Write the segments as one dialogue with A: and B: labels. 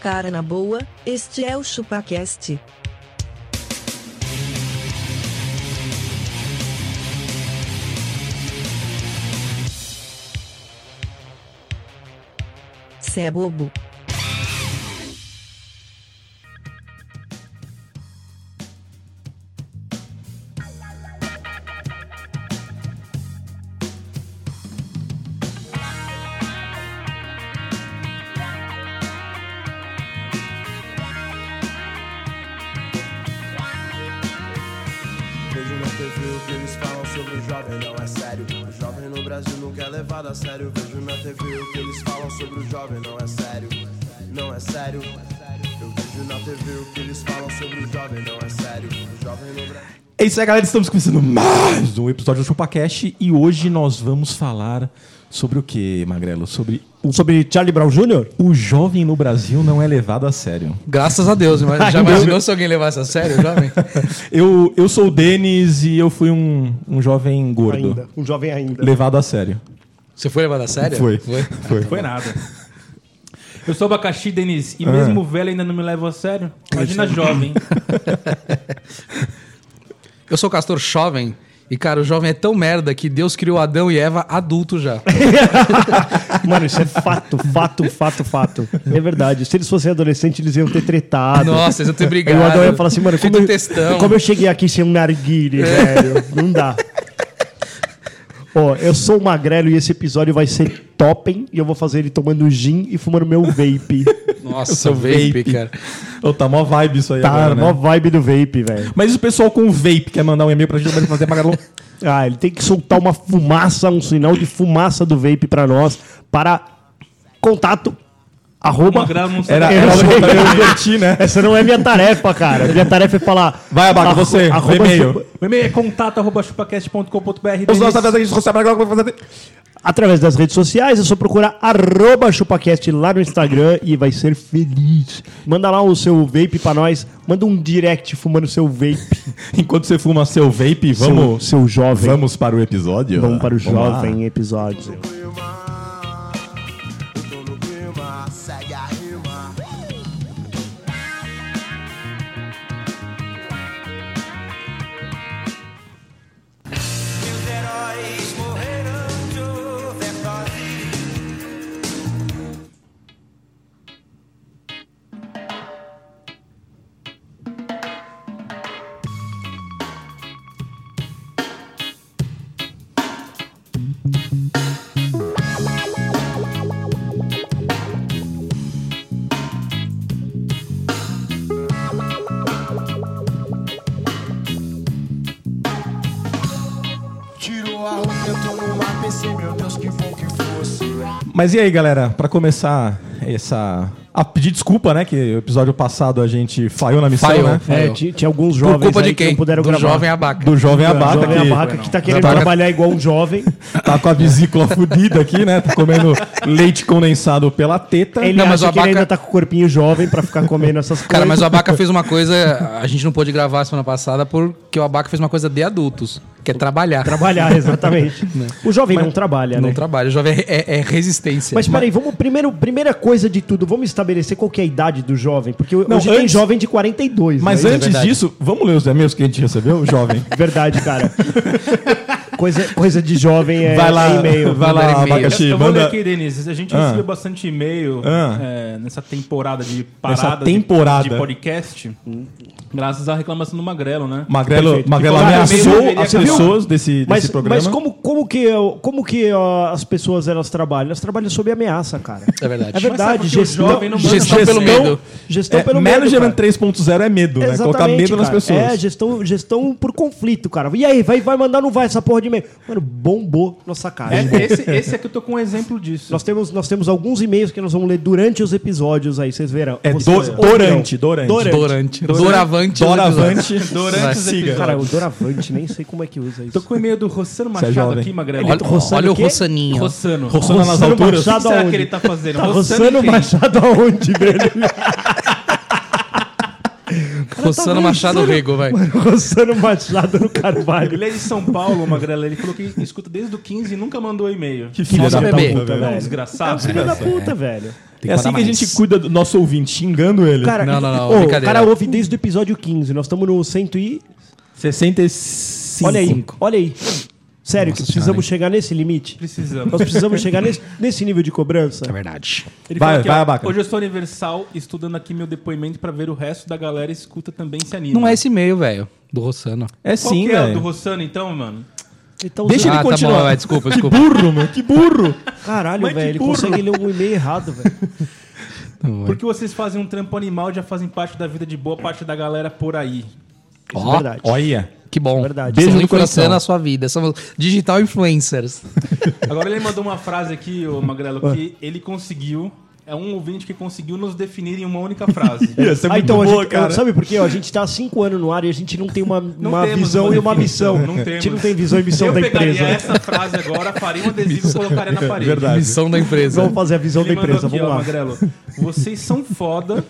A: Cara na boa, este é o ChupaCast. Cê é bobo.
B: Vejo na TV o que eles falam sobre o jovem, não é sério. O jovem no Brasil nunca é levado a sério. Vejo na TV o que eles falam sobre o jovem, não é sério. Não é sério. Eu vejo na TV o que eles falam sobre o jovem, não é sério. O jovem no Brasil.
C: É isso aí, galera. Estamos começando mais um episódio do ChupaCast e hoje nós vamos falar sobre o que, Magrelo? Sobre o,
D: Sobre Charlie Brown Jr.?
C: o jovem no Brasil não é levado a sério.
E: Graças a Deus, mas já imaginou se alguém levasse a sério, jovem?
C: Eu, eu sou o Denis e eu fui um, um jovem gordo.
D: Ainda. Um jovem ainda.
C: Levado a sério.
E: Você foi levado a sério?
C: Foi.
E: Foi.
C: Foi.
F: Foi nada. Eu sou abacaxi, Denise,
C: Ah.
F: e mesmo velho ainda não me leva a sério. Imagina jovem.
E: Eu sou o Castor Jovem, e cara, o jovem é tão merda que Deus criou Adão e Eva adulto já.
D: Mano, isso é fato, fato, fato, fato. É verdade. Se eles fossem adolescentes, eles iam ter tretado.
E: Nossa, eles iam ter
D: Aí
E: brigado.
D: o Adão ia falar assim, mano,
E: Feito É.
D: como eu,
E: textão.
D: como eu cheguei aqui sem um narguile, velho? Não dá. Ó, eu sou o Magrelo e esse episódio vai ser topping e eu vou fazer ele tomando gin e fumando meu vape.
E: Nossa, o vape, cara.
C: Ô, tá mó vibe isso aí
D: Tá,
C: agora, né?
D: mó vibe do vape, velho.
C: Mas o pessoal com vape quer mandar um e-mail pra gente pra gente fazer Magrelo.
D: Ah, ele tem que soltar uma fumaça, um sinal de fumaça do vape pra nós, para contato arroba...
F: Magrelo não
C: Era,
F: sabe.
C: era
D: Eu sei.
C: pra eu inverti, né?
D: Essa não é minha tarefa, cara. Minha tarefa é falar.
C: Vai, Abaca,
D: arro-
C: você,
D: arroba
C: o e-mail.
D: chupa-
F: O e-mail é contato.chupacast.com.br.
C: Os nossos amigos da Rússia, Magrelo, vai fazer.
D: Através das redes sociais, é só procurar arroba chupacast lá no Instagram e vai ser feliz. Manda lá o seu vape pra nós. Manda um direct fumando seu vape.
C: Enquanto você fuma seu vape, vamos,
D: Seu, seu jovem.
C: vamos para o episódio.
D: Vamos para o
C: lá.
D: jovem episódio.
B: clima, eu tô no clima, segue a rima. Meus heróis morreram de overdose. Tirou a roupa, eu tô no ar, pensei, meu Deus, que bom que fosse.
C: Mas e aí, galera, pra começar essa. A pedir desculpa, né? Que o episódio passado a gente falhou na missão,
E: Falhou.
C: né?
D: É,
E: eu-
D: ti- tinha alguns jovens
E: Por culpa
D: aí
E: de
D: que não
E: quem?
D: puderam
E: Do
D: gravar.
E: jovem abaca.
C: Do jovem abaca,
D: jovem
C: que
D: abaca que tá querendo
E: Abaca-
D: trabalhar igual um jovem.
C: tá com a vesícula fudida aqui, né? Tá comendo leite condensado pela teta.
D: Ele
E: Não, mas
D: acha
E: o
D: que ele
E: abaca-
D: ainda tá com o corpinho jovem pra ficar comendo essas coisas.
E: Cara, mas o Abaca fez uma coisa. A gente não pôde gravar semana passada porque o Abaca fez uma coisa de adultos, que é trabalhar.
D: Trabalhar, exatamente. o jovem não trabalha,
E: Não
D: né?
E: trabalha. O jovem é, é- é resistência.
D: Mas peraí, vamos primeiro, primeira coisa de tudo, vamos estabelecer qual que é a idade do jovem, porque hoje
C: Não,
D: tem
C: antes-
D: jovem de 42,
C: Mas
D: né? É
C: antes disso, vamos ler os e-mails que a gente recebeu, jovem.
D: Verdade, cara. coisa, coisa de jovem é
C: vai lá,
D: é e-mail.
C: vai
E: Mandar
C: lá,
E: e-mail.
C: abacaxi.
F: Eu, eu vou ler
C: manda
F: aqui, Denise. A gente
C: Ah.
F: recebeu bastante e-mail
C: Ah.
F: é, nessa temporada de parada
C: temporada.
F: De, de podcast, graças à reclamação do Magrelo, né?
C: Magrelo,
D: Perfeito.
C: Magrelo
D: Cara,
F: e-mail
C: ameaçou
F: deveria
C: as
F: acabar.
C: pessoas desse,
D: Mas,
C: desse programa.
D: mas como, como que, eu- como que ó, as pessoas elas trabalham? Elas trabalham sob ameaça, cara.
E: É verdade.
D: É verdade,
F: Mas sabe por que o
D: gestão,
F: jovem não manda
E: Gestão pelo
C: Gestão-
E: medo.
D: gestão
C: é,
D: pelo medo,
C: Management
D: cara.
C: 3.0 é medo, né? Colocar
D: Exatamente,
C: medo nas
D: cara.
C: pessoas.
D: É, gestão, gestão por conflito, cara. E aí, vai, vai mandar ou não vai essa porra de e-mail? Mano, bombou nossa cara.
F: É, esse, esse aqui eu tô com um exemplo disso.
D: Nós temos, nós temos alguns e-mails que nós vamos ler durante os episódios aí, vocês verão.
C: É,
D: Vocês
C: do-
D: verão.
C: dorante, dorante.
D: Dorante.
E: Doravante. Doravante.
C: Doravante.
F: Durante os
C: Siga.
D: Cara,
F: episódios.
D: o Doravante, nem sei como é que usa isso.
F: Tô com o e-mail do Rossano
C: Você é
F: Machado
C: jovem.
F: aqui, Magrelo.
E: Olha,
D: Roçando
E: olha
D: o
E: o
D: quê?
E: Rossaninho.
F: Rossano.
C: Roçando nas
D: Roçando
C: alturas.
D: Machado
F: O que tá será
D: aonde?
C: Tá
F: que ele tá fazendo?
D: Tá
F: Roçando
D: roçando
F: quem?
D: Machado aonde, velho?
E: Roçando Machado Rego, vai.
D: Roçando Machado no Carvalho.
F: Ele é de São Paulo, Magrela. Ele falou que escuta desde o 15 e nunca mandou e-mail. Que
E: filha da bebê. puta,
F: É um
D: É um
F: desgraçado.
D: filho da puta, velho.
C: É assim que a gente cuida do nosso ouvinte, xingando ele.
D: Cara,
E: Não, não, não,
D: ô, o
E: brincadeira.
D: cara ouve desde o episódio 15. Nós estamos no 100 e...
C: 65.
D: Olha aí, olha aí. Sério, que precisamos chegar nesse limite.
F: Precisamos.
D: Nós precisamos chegar nesse, nesse nível de cobrança.
E: É verdade.
F: Ele
C: Vai,
F: falou aqui,
C: vai,
F: ó,
C: Abaca.
F: Hoje eu sou universal, estudando aqui meu depoimento pra ver o resto da galera escuta também se anima.
E: Não é esse e-mail, velho, do Rossano.
C: É
F: Qual
C: sim,
F: que é o
C: velho.
F: do Rossano, então, mano?
D: Então,
C: Deixa
E: Ah,
C: ele
E: tá bom,
C: continuar.
E: vai, desculpa,
C: que
E: desculpa.
C: burro, meu. Que burro.
D: Caralho,
F: Mas que
D: velho, ele
F: burro.
D: consegue ler um e-mail errado, velho.
F: Porque vocês fazem um trampo animal e já fazem parte da vida de boa parte da galera por aí.
E: Ó,
D: É verdade.
C: Olha.
E: que bom.
D: Verdade.
E: Beijo
C: São
E: no coração.
C: influenciando
E: na
C: a
E: sua vida. São digital influencers.
F: Agora ele mandou uma frase aqui, ô Magrelo, que ele conseguiu. É um ouvinte que conseguiu nos definir em uma única frase.
C: Isso é
D: Ah,
C: muito
D: então, a
C: boa,
D: gente,
C: cara.
D: sabe por quê? Ó, A gente tá há cinco anos no ar e a gente não tem uma, uma
F: temos
D: visão
F: uma
D: e uma
F: definição,
D: missão.
F: não
D: a gente não
F: temos.
D: tem visão e missão
F: eu
D: da
F: pegaria
D: empresa.
F: essa frase agora, faria um adesivo e colocaria na parede.
C: Verdade.
E: Missão da empresa.
D: Vamos fazer a visão
F: Ele
D: da
F: mandou
D: empresa,
F: aqui,
D: vamos
F: ó,
D: lá.
F: Magrelo. Vocês são foda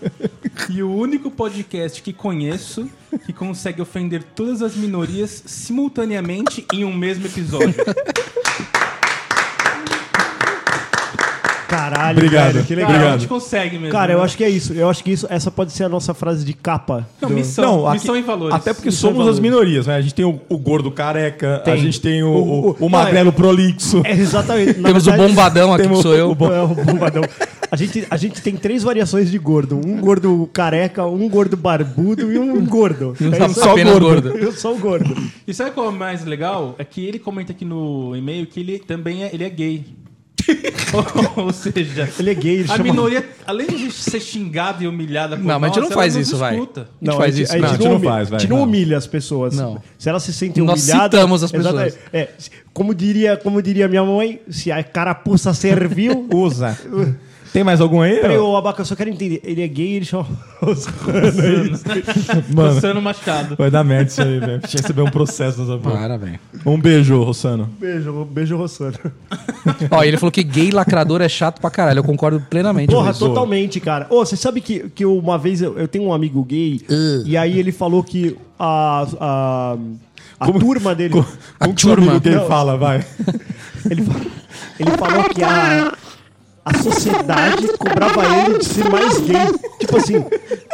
F: e o único podcast que conheço que consegue ofender todas as minorias simultaneamente em um mesmo episódio. é-
D: Caralho,
C: Obrigado.
D: velho, que legal.
F: Cara, a
C: Obrigado.
F: gente consegue mesmo.
D: Cara,
F: né?
D: eu acho que é isso. Eu acho que isso, essa pode ser a nossa frase de capa.
F: Não,
D: do-
F: missão, missão
C: aqui-
F: em valores.
C: Até porque
E: é
D: Missão em
C: somos as
D: valores.
C: minorias, né? A gente tem o, o gordo careca, a gente tem o, o,
D: O- o-
C: o magrelo prolixo.
D: É, exatamente. Na
E: Temos
D: verdade,
E: o bombadão aqui, que sou eu.
D: É, o bombadão. A gente, a gente tem três variações de gordo. Um gordo careca, um gordo barbudo e um gordo. É isso.
E: Só apenas gordo.
D: Eu sou o gordo.
F: E sabe qual é o mais legal? É que ele comenta aqui no e-mail que ele também é, ele é gay. Ou seja,
D: Ele é gay, ele
F: a
D: chama-
F: minoria, além de ser xingada e humilhada por
E: Não, mas a gente
F: nós,
E: não
F: ela
E: faz
F: nos
E: isso, vai.
F: escuta.
E: A gente faz isso,
D: A
E: não.
D: gente, não, faz, velho. A gente não
C: não.
D: humilha as pessoas.
E: Não.
D: Se elas se sentem
E: Nós
D: humilhadas.
E: citamos as pessoas.
D: exatamente. É, se- como, diria, como diria minha mãe, se a carapuça serviu.
C: Usa. Tem um mais algum aí?
D: Peraí, ô Abaca, eu só quero entender. Ele é gay, ele chama.
C: Mano,
F: Rossano Machado.
C: vai dar merda isso aí, velho. Deixa eu receber um processo nessa porra.
E: Para, velho.
C: Um beijo, Rossano.
D: beijo, beijo, Rossano.
E: Ó, ele falou que gay lacrador é chato pra caralho. Eu concordo plenamente.
D: Porra,
E: com isso.
D: totalmente, cara. Ô, você sabe que, que eu- uma vez eu, eu tenho um amigo gay
E: Ah.
D: e aí ele falou que a. a a turma dele.
C: A
E: turma.
C: que ele
D: Não.
C: fala, vai.
D: Ele, fa- ele falou que a, a sociedade cobrava ele de ser mais gay. Tipo assim,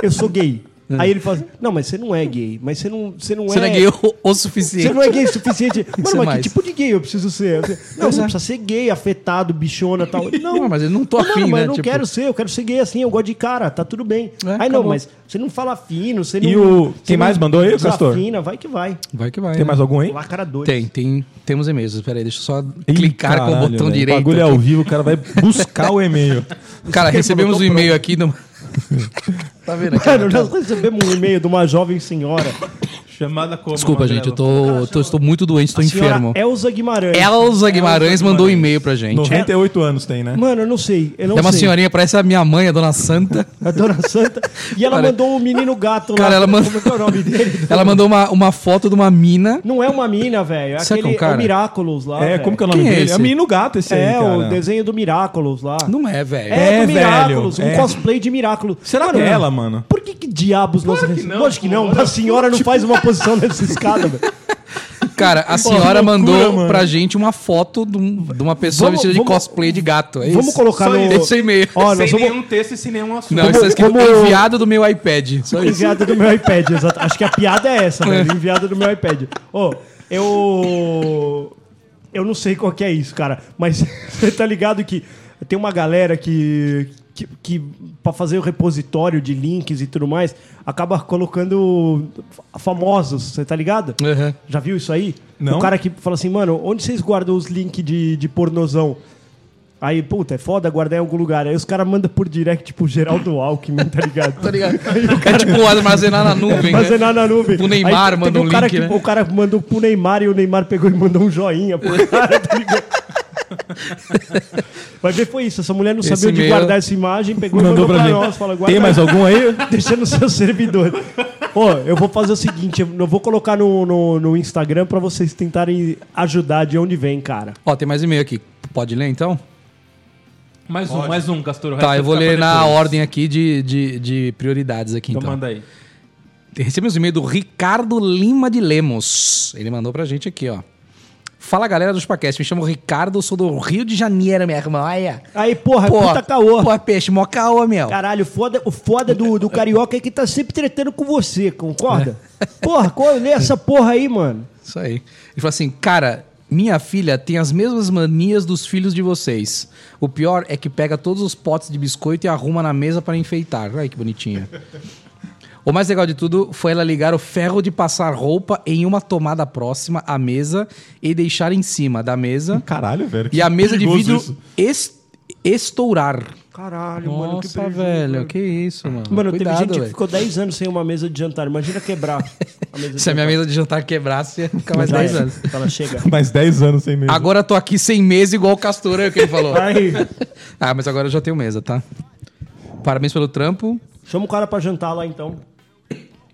D: eu sou gay. Aí ele fala, não, mas você não é gay, mas você não, você não
E: É. Você
D: é.
E: não é gay o, o suficiente.
D: Você não é gay o suficiente.
E: Você
D: Mano, mas que
E: mais.
D: tipo de gay eu preciso ser? Eu falei, Não, você precisa ser gay, afetado, bichona e tal. Não,
E: Não, mas eu não tô
D: Mano,
E: afim,
D: mas
E: né,
D: eu não
E: tipo-
D: quero ser, eu quero ser gay assim, eu gosto de cara, tá tudo bem.
E: É,
D: Aí não,
E: acabou.
D: mas você não fala fino, você não.
C: E o-
D: você
C: quem
D: não
C: mais mandou aí, Castor?
D: desafina, vai que vai.
E: Vai que vai.
C: Tem
E: né?
C: mais algum aí?
D: Lacra dois.
E: Tem, tem. Temos e-mails. Espera aí, deixa eu só
C: Ih,
E: clicar com o
C: caralho,
E: botão
C: velho.
E: direito.
C: O bagulho é ao vivo, o cara vai buscar o e-mail.
E: Cara, recebemos um e-mail aqui. No... tá vendo aqui?
D: Mano, nós recebemos um e-mail de uma jovem senhora.
F: Chamada como?
E: Desculpa,
F: Magrelo?
E: gente. Eu tô, tô- estou muito doente, estou
D: Senhora é
E: enfermo.
D: Elza Guimarães.
E: Elza Guimarães mandou um e-mail pra gente.
C: 98 anos tem, né?
D: Mano, eu não sei. Eu não
E: É uma
D: sei.
E: senhorinha, parece a minha mãe, a dona Santa.
D: A Dona Santa. E ela
E: Cara,
D: mandou o menino gato lá.
E: cara, ela mandou-
D: Como é que é o nome dele?
E: Ela mandou uma, uma foto de uma mina.
D: Não é uma mina, velho. É
E: Será que é um
D: aquele. É
E: cara?
D: o Miraculous lá.
C: é,
D: velho.
C: como que é o nome
E: Quem é
C: dele?
E: esse?
C: É o menino gato esse aí,
D: É,
C: cara.
D: o desenho do Miraculous lá.
E: Não é, velho.
D: É,
C: É, velho,
D: do Miraculous, um
C: é.
D: cosplay de Miraculous.
C: Será que é ela, mano?
D: Por que, que diabos nós
F: Claro que
D: recebemos?
F: não,
D: Lógico que não,
F: pô,
D: a senhora
C: Tipo-
D: não faz uma posição nessa escada, velho.
E: Cara, a senhora
C: loucura,
E: mandou
C: mano.
E: pra gente uma foto de, um- de uma pessoa
D: Vamos-
E: vestida de
D: vamos-
E: cosplay de gato. É
D: Vamos
E: isso.
D: colocar
E: Só
D: no-
E: isso. Esse e-mail.
D: Ó, nós
F: Sem
D: vamos-
F: nenhum texto e sem nenhum assunto.
E: Não,
D: como-
E: está escrito
D: como-
E: enviado do meu iPad. Só isso.
D: Enviada do meu iPad, exato. Acho que a piada é essa, velho. Enviada do meu iPad. Ô, eu. Eu não sei qual que é isso, cara. Mas você tá ligado que tem uma galera que. Que, que para fazer o repositório de links e tudo mais, acaba colocando famosos, você tá ligado?
E: Uhum.
D: Já viu isso aí?
C: Não.
D: O cara que fala assim, mano, onde vocês guardam os links de, de pornozão? Aí, puta, é foda guardar em algum lugar. Aí os caras mandam por direct, tipo, Geraldo Alckmin, tá ligado?
E: Tá ligado? É tipo armazenar na nuvem. né?
D: Armazenar é na nuvem.
E: Pro Neymar,
D: Aí,
E: manda
D: teve
E: um
D: cara
E: link,
D: que-
E: né?
D: O cara mandou pro Neymar e o Neymar pegou e mandou um joinha pro cara, tá ligado? Vai ver, foi isso. Essa mulher não
E: Esse
D: sabia onde
E: e-mail-
D: guardar essa imagem, pegou
C: Mandou
D: e mandou
C: pra
D: pra
C: mim.
D: nós. Fala, guarda
C: Tem mais algum aí?
D: deixa no seu servidor. Pô, eu vou fazer o seguinte, eu vou colocar no, no, no Instagram pra vocês tentarem ajudar de onde vem, cara.
E: Ó, tem mais e-mail aqui. Pode ler então?
F: Mais um, mais um, Castor. O resto
E: Tá, eu
F: vai
E: vou
F: ficar pra
E: ler na
F: depois.
E: ordem aqui de, de, de prioridades aqui
F: Então
E: então.
F: manda aí.
E: Recebemos um e-mail do Ricardo Lima de Lemos. Ele mandou pra gente aqui, ó. Fala galera do Chupacast, me chamo Ricardo, sou do Rio de Janeiro, minha irmã. Olha.
D: Aí, porra, puta caô.
E: Porra, peixe, mó caô, meu.
D: Caralho, foda, o foda do, do carioca é que tá sempre tretando com você, concorda? Porra, qual lê essa porra aí, mano?
E: Isso aí. Ele falou assim, cara, minha filha tem as mesmas manias dos filhos de vocês. O pior é que pega todos os potes de biscoito e arruma na mesa para enfeitar. Olha que bonitinho. O mais legal de tudo foi ela ligar o ferro de passar roupa em uma tomada próxima à mesa e deixar em cima da mesa.
C: Caralho, velho. que
E: E a mesa de
C: perigoso
E: vidro
C: isso.
E: es- estourar.
D: Caralho, mano, que
E: Nossa,
D: prejuízo,
E: velho,
D: cara.
E: que isso, mano.
D: Mano, teve gente que
E: velho.
D: ficou 10 anos sem uma mesa de jantar. Imagina quebrar a mesa de
E: Se a minha mesa de jantar quebrasse, ia ficar mais 10 anos.
D: Ela tá chega.
C: Mais 10 anos sem mesmo.
E: Agora tô aqui sem mesa igual o Castor, é o que ele falou.
D: Aí,
E: Ah, mas agora eu já tenho mesa, tá? Parabéns pelo trampo.
D: chama o cara pra jantar lá, então.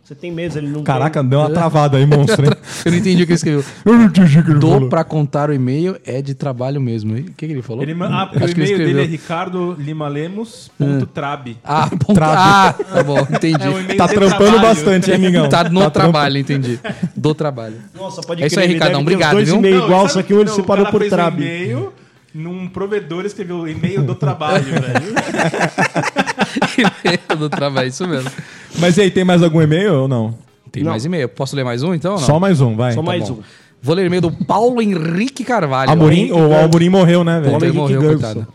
D: Você tem mesa, ele não
C: Caraca, deu uma travada aí, monstro, hein?
E: Eu não entendi o que ele escreveu.
C: Eu não entendi o que ele
E: Tô
C: falou.
E: pra contar o e-mail, é de trabalho mesmo. hein? O que, que ele falou?
F: Ele, man- ah, porque o
E: Acho que ele
F: e-mail dele é
E: escreveu. É.
F: ricardolimalemus.trab.
E: Ah, ponto... ah,
C: Trabe.
E: tá bom, entendi.
F: e-mail
C: Tá
F: de
C: trampando
F: trabalho.
C: bastante, hein, amigão?
E: tá no
C: Tá
E: trabalho, entendi. Do trabalho.
D: tem. Nossa, pode
E: É isso aí,
D: ele deve
E: Ricardão,
D: ter os
E: obrigado,
D: Dois
E: viu?
D: e meio igual,
F: sabe
D: só que um ele
F: não,
D: separou
F: o cara
D: por
F: fez Um
D: trave.
F: e-mail, num provedor escreveu o e-mail do trabalho, velho.
E: Do trabalho, isso mesmo.
C: Mas e aí, tem mais algum e-mail ou não?
E: Tem mais e-mail. Posso ler mais um então ou não?
C: Só mais um, vai.
D: Só
C: Tá
D: mais
C: bom.
D: um.
E: Vou ler o e-mail do Paulo Henrique Carvalho.
C: Amorim, o Amorim morreu, né, velho?
E: Paulo Henrique morreu,
C: Gurgel.
E: coitado.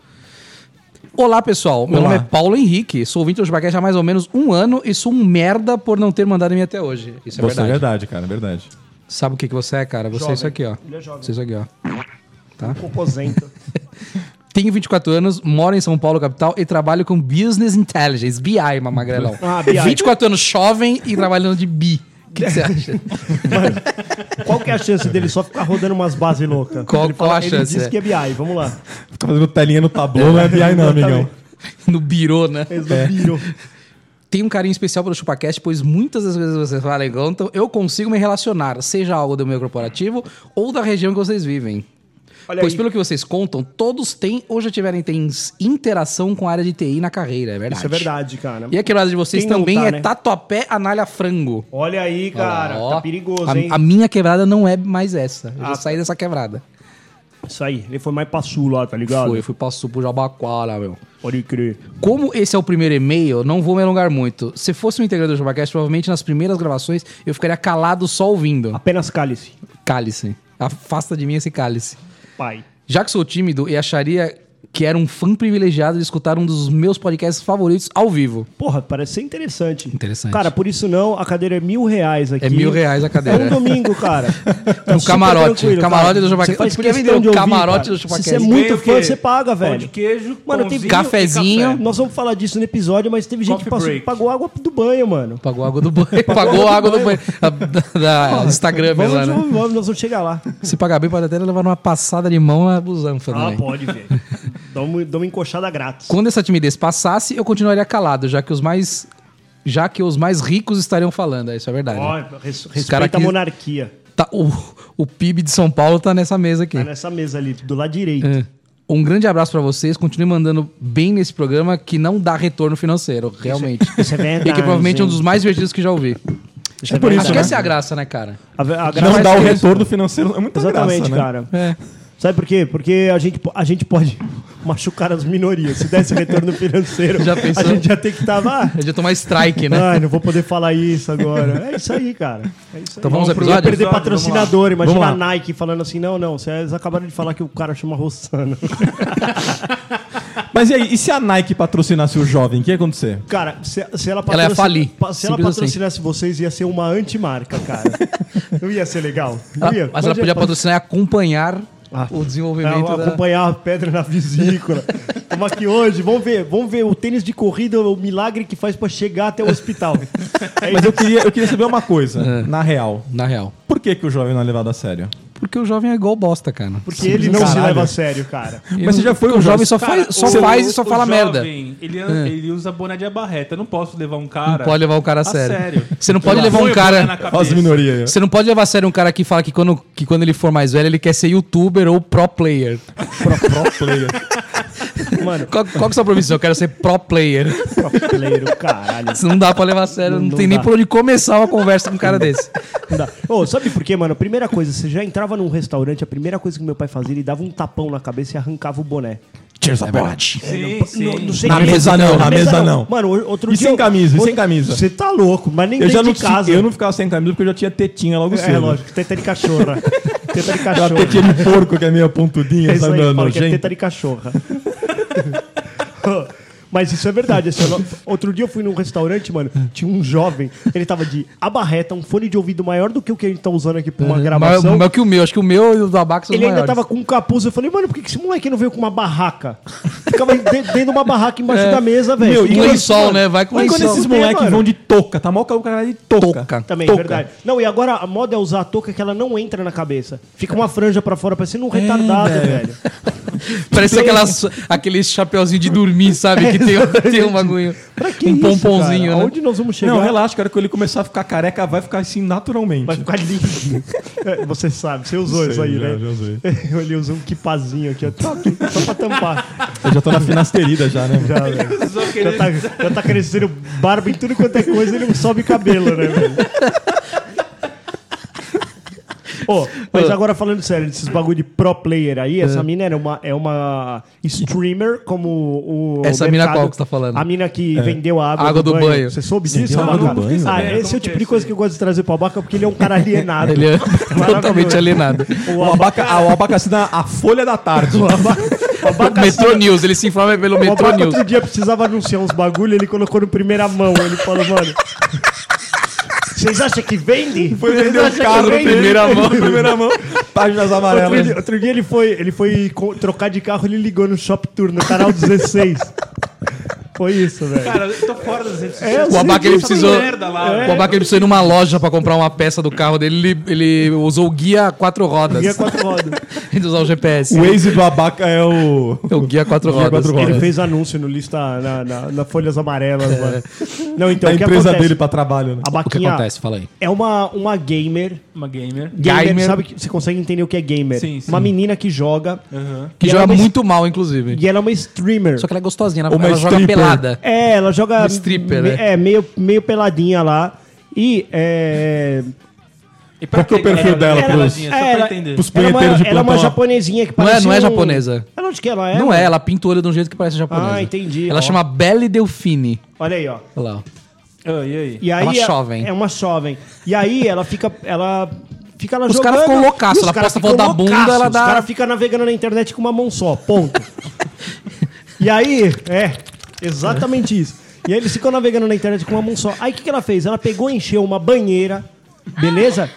E: Olá, pessoal. Meu
C: Olá.
E: nome é Paulo Henrique. Sou ouvinte do Chupaquete há mais ou menos um ano e sou um merda por não ter mandado e-mail até hoje. Isso é
C: Você é
E: verdade.
C: verdade, cara, é verdade.
E: Sabe o que, que você é, cara? Você é isso aqui, ó.
D: Ele é jovem.
E: Você é isso aqui, ó.
D: Cocosento.
E: Tenho 24 anos, moro em São Paulo, capital, e trabalho com Business Intelligence, BI, ma- magrelão.
D: Ah, BI.
E: 24 anos jovem e trabalhando de BI. O que que você acha?
D: Qual que é a chance dele só ficar rodando umas bases loucas?
E: Qual-
D: ele
E: qual a
D: ele
E: chance,
D: diz
E: é?
D: que é BI, vamos lá.
C: Fica Tá fazendo telinha no tablô, não é BI não, amigão.
E: no birô, né?
D: Eles não viram.
E: Tenho um carinho especial pelo ChupaCast, pois muitas das vezes vocês falam, então eu consigo me relacionar, seja algo do meu corporativo ou da região que vocês vivem.
D: Olha
E: pois
D: aí.
E: pelo que vocês contam, todos têm ou já tiveram tem interação com a área de TI na carreira, é verdade.
D: Isso é verdade, cara.
E: E aquele lado de vocês
D: Quem não
E: também
D: tá,
E: é
D: né?
E: tatuapé, analha, frango.
D: Olha aí, cara.
E: Olha lá, ó.
D: tá perigoso,
E: a,
D: hein?
E: A minha quebrada não é mais essa. Eu já
D: Ah,
E: saí dessa quebrada.
D: Isso aí. Ele foi mais pra sul lá, tá ligado?
E: Foi, eu fui pra sul pro Jabaquara, meu.
D: Pode crer.
E: Como esse é o primeiro e-mail, não vou me alongar muito. Se fosse um integrante do Jabacast, provavelmente nas primeiras gravações eu ficaria calado só ouvindo.
D: Apenas cálice.
E: Cálice. Afasta de mim esse cálice.
D: Pai.
E: Já que sou tímido e acharia que era um fã privilegiado de escutar um dos meus podcasts favoritos ao vivo.
D: Porra, parece ser interessante.
E: Interessante.
D: Cara, por isso não, a cadeira é mil reais aqui.
E: É mil reais a cadeira.
D: É um domingo, cara. É
E: No
D: super
E: camarote.
D: tranquilo,
E: Camarote
D: cara.
E: do Chupaquete.
D: Você faz
E: Por que
D: questão
E: vender o
D: de ouvir,
E: camarote
D: cara.
E: do
D: Se você é
E: Chupaquete?
F: Tem
D: muito
F: o
D: fã,
F: quê?
D: você paga, velho.
F: Pão de queijo,
D: Mano, tem
F: pãozinho e
E: cafezinho.
F: café.
D: Nós vamos falar disso no episódio, mas teve gente
F: Coffee
D: que passou
F: break.
D: que pagou água do banho, mano.
E: Pagou a água do banho. Pagou a água do banho. A- Da, da Instagram
D: Vamos,
E: lá, né?
D: vamos, vamos, nós vamos chegar lá.
E: Se pagar bem, pode até levar uma passada de mão na busanfa também.
D: pode, velho. Dá uma, dá uma encoxada grátis.
E: Quando essa timidez passasse, eu continuaria calado, já que os mais. Já que os mais ricos estariam falando. Isso é verdade.
D: Ó, res-
E: cara
D: respeita
E: aqui-
D: a monarquia.
E: Tá, o, o PIB de São Paulo tá nessa mesa aqui.
D: Tá nessa mesa ali, do lado direito.
E: É. Um grande abraço pra vocês. Continue mandando bem nesse programa que não dá retorno financeiro, realmente.
D: Isso é verdade.
E: e que provavelmente é um
D: hein?
E: dos mais divertidos que já ouvi.
D: Isso é
C: por
D: verdade.
E: Acho
C: isso,
E: que
C: né?
E: essa é a graça, né, cara?
D: A, a graça
C: Não dá o
D: é isso.
C: retorno financeiro, é muita graça,
D: Exatamente,
C: né?
D: cara.
E: É.
D: Sabe por quê? Porque a gente, po- a gente pode machucar as minorias. Se desse retorno financeiro,
E: Já pensou?
D: a gente já tem que estar. Ah,
E: É de tomar strike, né?
D: ai, não vou poder falar isso agora. É isso aí, cara. É isso aí.
E: Então vamos ao
D: Eu ia
E: episódio?
D: perder
F: Vamos lá.
D: patrocinador. Imagina
C: Vamos
D: a
C: lá.
D: Nike falando assim: não, não, vocês acabaram de falar que o cara chama Rossano.
C: Mas e aí, e se a Nike patrocinasse o jovem, o que ia acontecer?
D: Cara, se, se ela
E: Ela ia falir.
D: pa- Se ela
E: Simples assim.
D: patrocinasse vocês, ia ser uma antimarca, cara. não ia ser legal. Não
E: Ela-
D: ia.
E: Ah, mas ela
D: Imagina-
E: podia patrocinar e acompanhar
D: Ah.
E: o desenvolvimento
D: Ah,
E: da...
D: Acompanhar a pedra na vesícula. Tamo aqui hoje, vamos ver, vamos ver o tênis de corrida, é o milagre que faz pra chegar até o hospital. É
C: Mas
D: isso.
C: eu queria, eu queria saber uma coisa, na real.
E: na real.
C: Por que, que o jovem não é levado a sério?
E: Porque o jovem é igual bosta, cara.
D: Porque ele não se
C: Caralho.
D: leva a sério, cara.
C: Mas você já foi
E: o
C: um
E: jovem
C: jovem-
E: só faz, só
F: o-
E: faz e só
F: o
E: fala
F: jovem,
E: merda. É.
F: Ele, ele usa boné de abarreta. Eu não posso levar um cara.
E: Não pode levar o cara a sério. Você não
F: Eu
E: pode
F: não
E: levar
F: ponho
E: um
F: boné na
E: cara.
F: cabeça.
C: Olha as minorias. aí,
E: Você não pode levar a sério um cara que fala que quando, que quando ele for mais velho ele quer ser youtuber ou pro player.
C: ó. Pro, pro player.
D: Mano,
E: Qual, qual que é a sua profissão? Eu quero ser pro player.
D: pro player, o caralho.
E: Isso não dá pra levar a sério, não,
D: Não
E: tem nem
D: dá.
E: por onde começar uma conversa com um cara desse.
D: Não dá. Ô, sabe por quê, mano? Primeira coisa, você já entrava num restaurante, a primeira coisa que meu pai fazia, ele dava um tapão na cabeça e arrancava o boné.
C: Cheers a board.
F: Sim, sim.
D: Não- não sei é
C: Na
D: quem-
C: mesa não, na mesa não.
D: Mano, o- outro
C: E
D: dia.
C: sem camisa, e sem
D: outro-
C: camisa.
D: Você tá louco, mas nem
C: Eu já
D: dentro
C: não,
D: de casa.
C: eu não ficava sem camisa porque eu já tinha tetinha logo cedo.
D: É, lógico, teta de cachorra. teta de
C: Aquela
D: cachorra.
C: tetinha de porco que é meio pontudinha,
D: É isso
C: sabe?
D: aí,
C: não,
D: fala que é
C: nojenta.
D: teta de cachorra. Mas isso é verdade. assim, eu- outro dia eu fui num restaurante, mano, tinha um jovem, ele tava de abarreta, um fone de ouvido maior do que o que a gente tá usando aqui pra
E: Uhum.
D: uma
E: Mas,
D: gravação.
E: mas que o meu, acho que o meu e o do Abax são os
D: Ele ainda
E: maiores.
D: tava com um capuz. Eu falei, mano, por que que esse moleque não veio com uma barraca? Ficava de- dentro de uma barraca embaixo da mesa, velho.
E: É. Meu, e
D: Mano,
E: lençol,
D: mano,
E: né? Vai com
D: mas
C: Quando
E: lençol.
C: esses
D: Fudeu,
C: moleques
D: mano.
C: vão de touca, tá mal com o cara de touca.
E: Touca.
D: Também, é
C: Touca.
D: verdade. Não, e agora a moda é usar a touca que ela não entra na cabeça. Fica uma franja pra fora, parecendo
E: É,
D: um retardado, velho.
E: Parece aquelas, aquele chapeuzinho de dormir, sabe? Que tem, tem um bagulho.
D: Pra que
E: um
D: isso,
E: pomponzinho,
D: cara?
E: né?
D: Aonde nós vamos chegar?
C: Não, relaxa, cara, que ele começar a ficar careca, vai ficar assim naturalmente.
D: Vai ficar lindo. É, Você sabe, você usou
C: Sei,
D: isso aí,
C: já,
D: né?
C: já usei.
D: Eu ali usei um quipazinho aqui, ó. Só, só pra tampar.
C: Eu já tô na finasterida já, né? mano?
D: Já, velho.
F: Só que
D: já,
F: ele-
D: tá, já tá crescendo barba em tudo quanto é coisa, ele não sobe cabelo, né, velho? Ô, mas agora falando sério, desses bagulho de pro player aí, essa mina era uma, é uma streamer como o. o
E: Essa mina qual que você tá falando?
D: A mina que vendeu a água,
E: Água do banho.
D: Você soube
C: Vendeu
D: disso?
C: a água do
D: Abaca?
C: banho?
D: Ah,
F: É,
D: esse é o
F: como que é
D: tipo de
F: isso
D: coisa que eu gosto de trazer pro Abaca, porque ele é um cara alienado.
E: Ele é totalmente alienado.
D: O
C: O
D: abaca...
C: abaca, ah, o abaca assina a Folha da Tarde.
E: Metrô News, ele se informa pelo
D: O
E: Metrô
D: abaca
E: News.
D: outro dia precisava anunciar uns bagulho, ele colocou no primeira mão. Ele falou, mano... Vocês acham que vende?
C: Foi vender
D: Vocês
C: o
D: acham
C: carro
D: que
C: na
D: vende?"
C: primeira mão. primeira mão, páginas
D: Outro
C: amarelas.
D: dia, outro dia ele foi, ele foi co- trocar de carro, ele ligou no Shop Tour, no canal 16. Foi isso, velho.
F: Cara, eu tô fora das redes sociais.
D: É, eu
E: O
D: sei
E: abaca ele
D: disso.
E: precisou.
F: merda lá,
D: É.
E: O abaca ele precisou ir numa loja pra comprar uma peça do carro dele. Ele, ele usou o guia quatro rodas.
D: Guia quatro rodas.
E: Ele usou o GPS.
C: O Waze do abaca é o...
E: É O guia quatro rodas.
C: quatro rodas.
D: Ele fez anúncio no lista na, na- na Folhas Amarelas, mano. Não, então,
C: É. da
D: o que
C: empresa
D: acontece?
C: dele pra trabalho, né?
D: A
E: O que
D: Baquinha
E: acontece? Fala aí.
D: é uma, uma gamer.
F: Uma gamer.
D: Gamer,
E: Gamer.
D: sabe que você consegue entender o que é gamer?
F: Sim, sim.
D: Uma menina que joga.
E: Que
D: E
E: joga
D: ela é uma
E: muito mal, inclusive.
D: E ela é uma streamer.
E: Só que ela é gostosinha. Ela,
C: Uma
E: ela joga
C: stripper.
E: pelada.
D: É, ela joga.
E: Stripper,
D: me-
E: né?
D: É, meio, meio peladinha lá. E é.
F: E pra
C: Qual que é o perfil
F: ela
C: dela
F: é
D: pros-
F: peladinha? Só
D: é,
F: pra
D: ela-
F: entender.
C: Pros
D: Ela é uma,
C: punheteiros de
D: ela é uma
C: plantão.
D: japonesia que
E: Não é-
D: parece.
E: não é
D: um-
E: japonesa.
D: Ela acho que ela é.
E: Não é,
D: mano.
E: ela pinta o olho de um jeito que parece japonesa.
D: Ah, entendi,
E: Ela
D: ó.
E: chama Belle Delfine.
D: Olha aí, ó.
E: Olha lá, ó.
F: Ah, e aí?
D: E aí
E: É uma
D: a-
E: jovem.
D: É uma jovem. E aí ela fica. Ela fica lá
E: Os
D: jogando.
E: caras ficam loucaço,
D: e os
E: ela
D: caras
E: posta
D: ficam
E: foto da bunda,
D: loucaço,
E: ela dá-
D: Os caras ficam navegando na internet com uma mão só, ponto. e aí, é, exatamente isso. E aí eles ficam navegando na internet com uma mão só. Aí o que, que ela fez? Ela pegou e encheu uma banheira, beleza?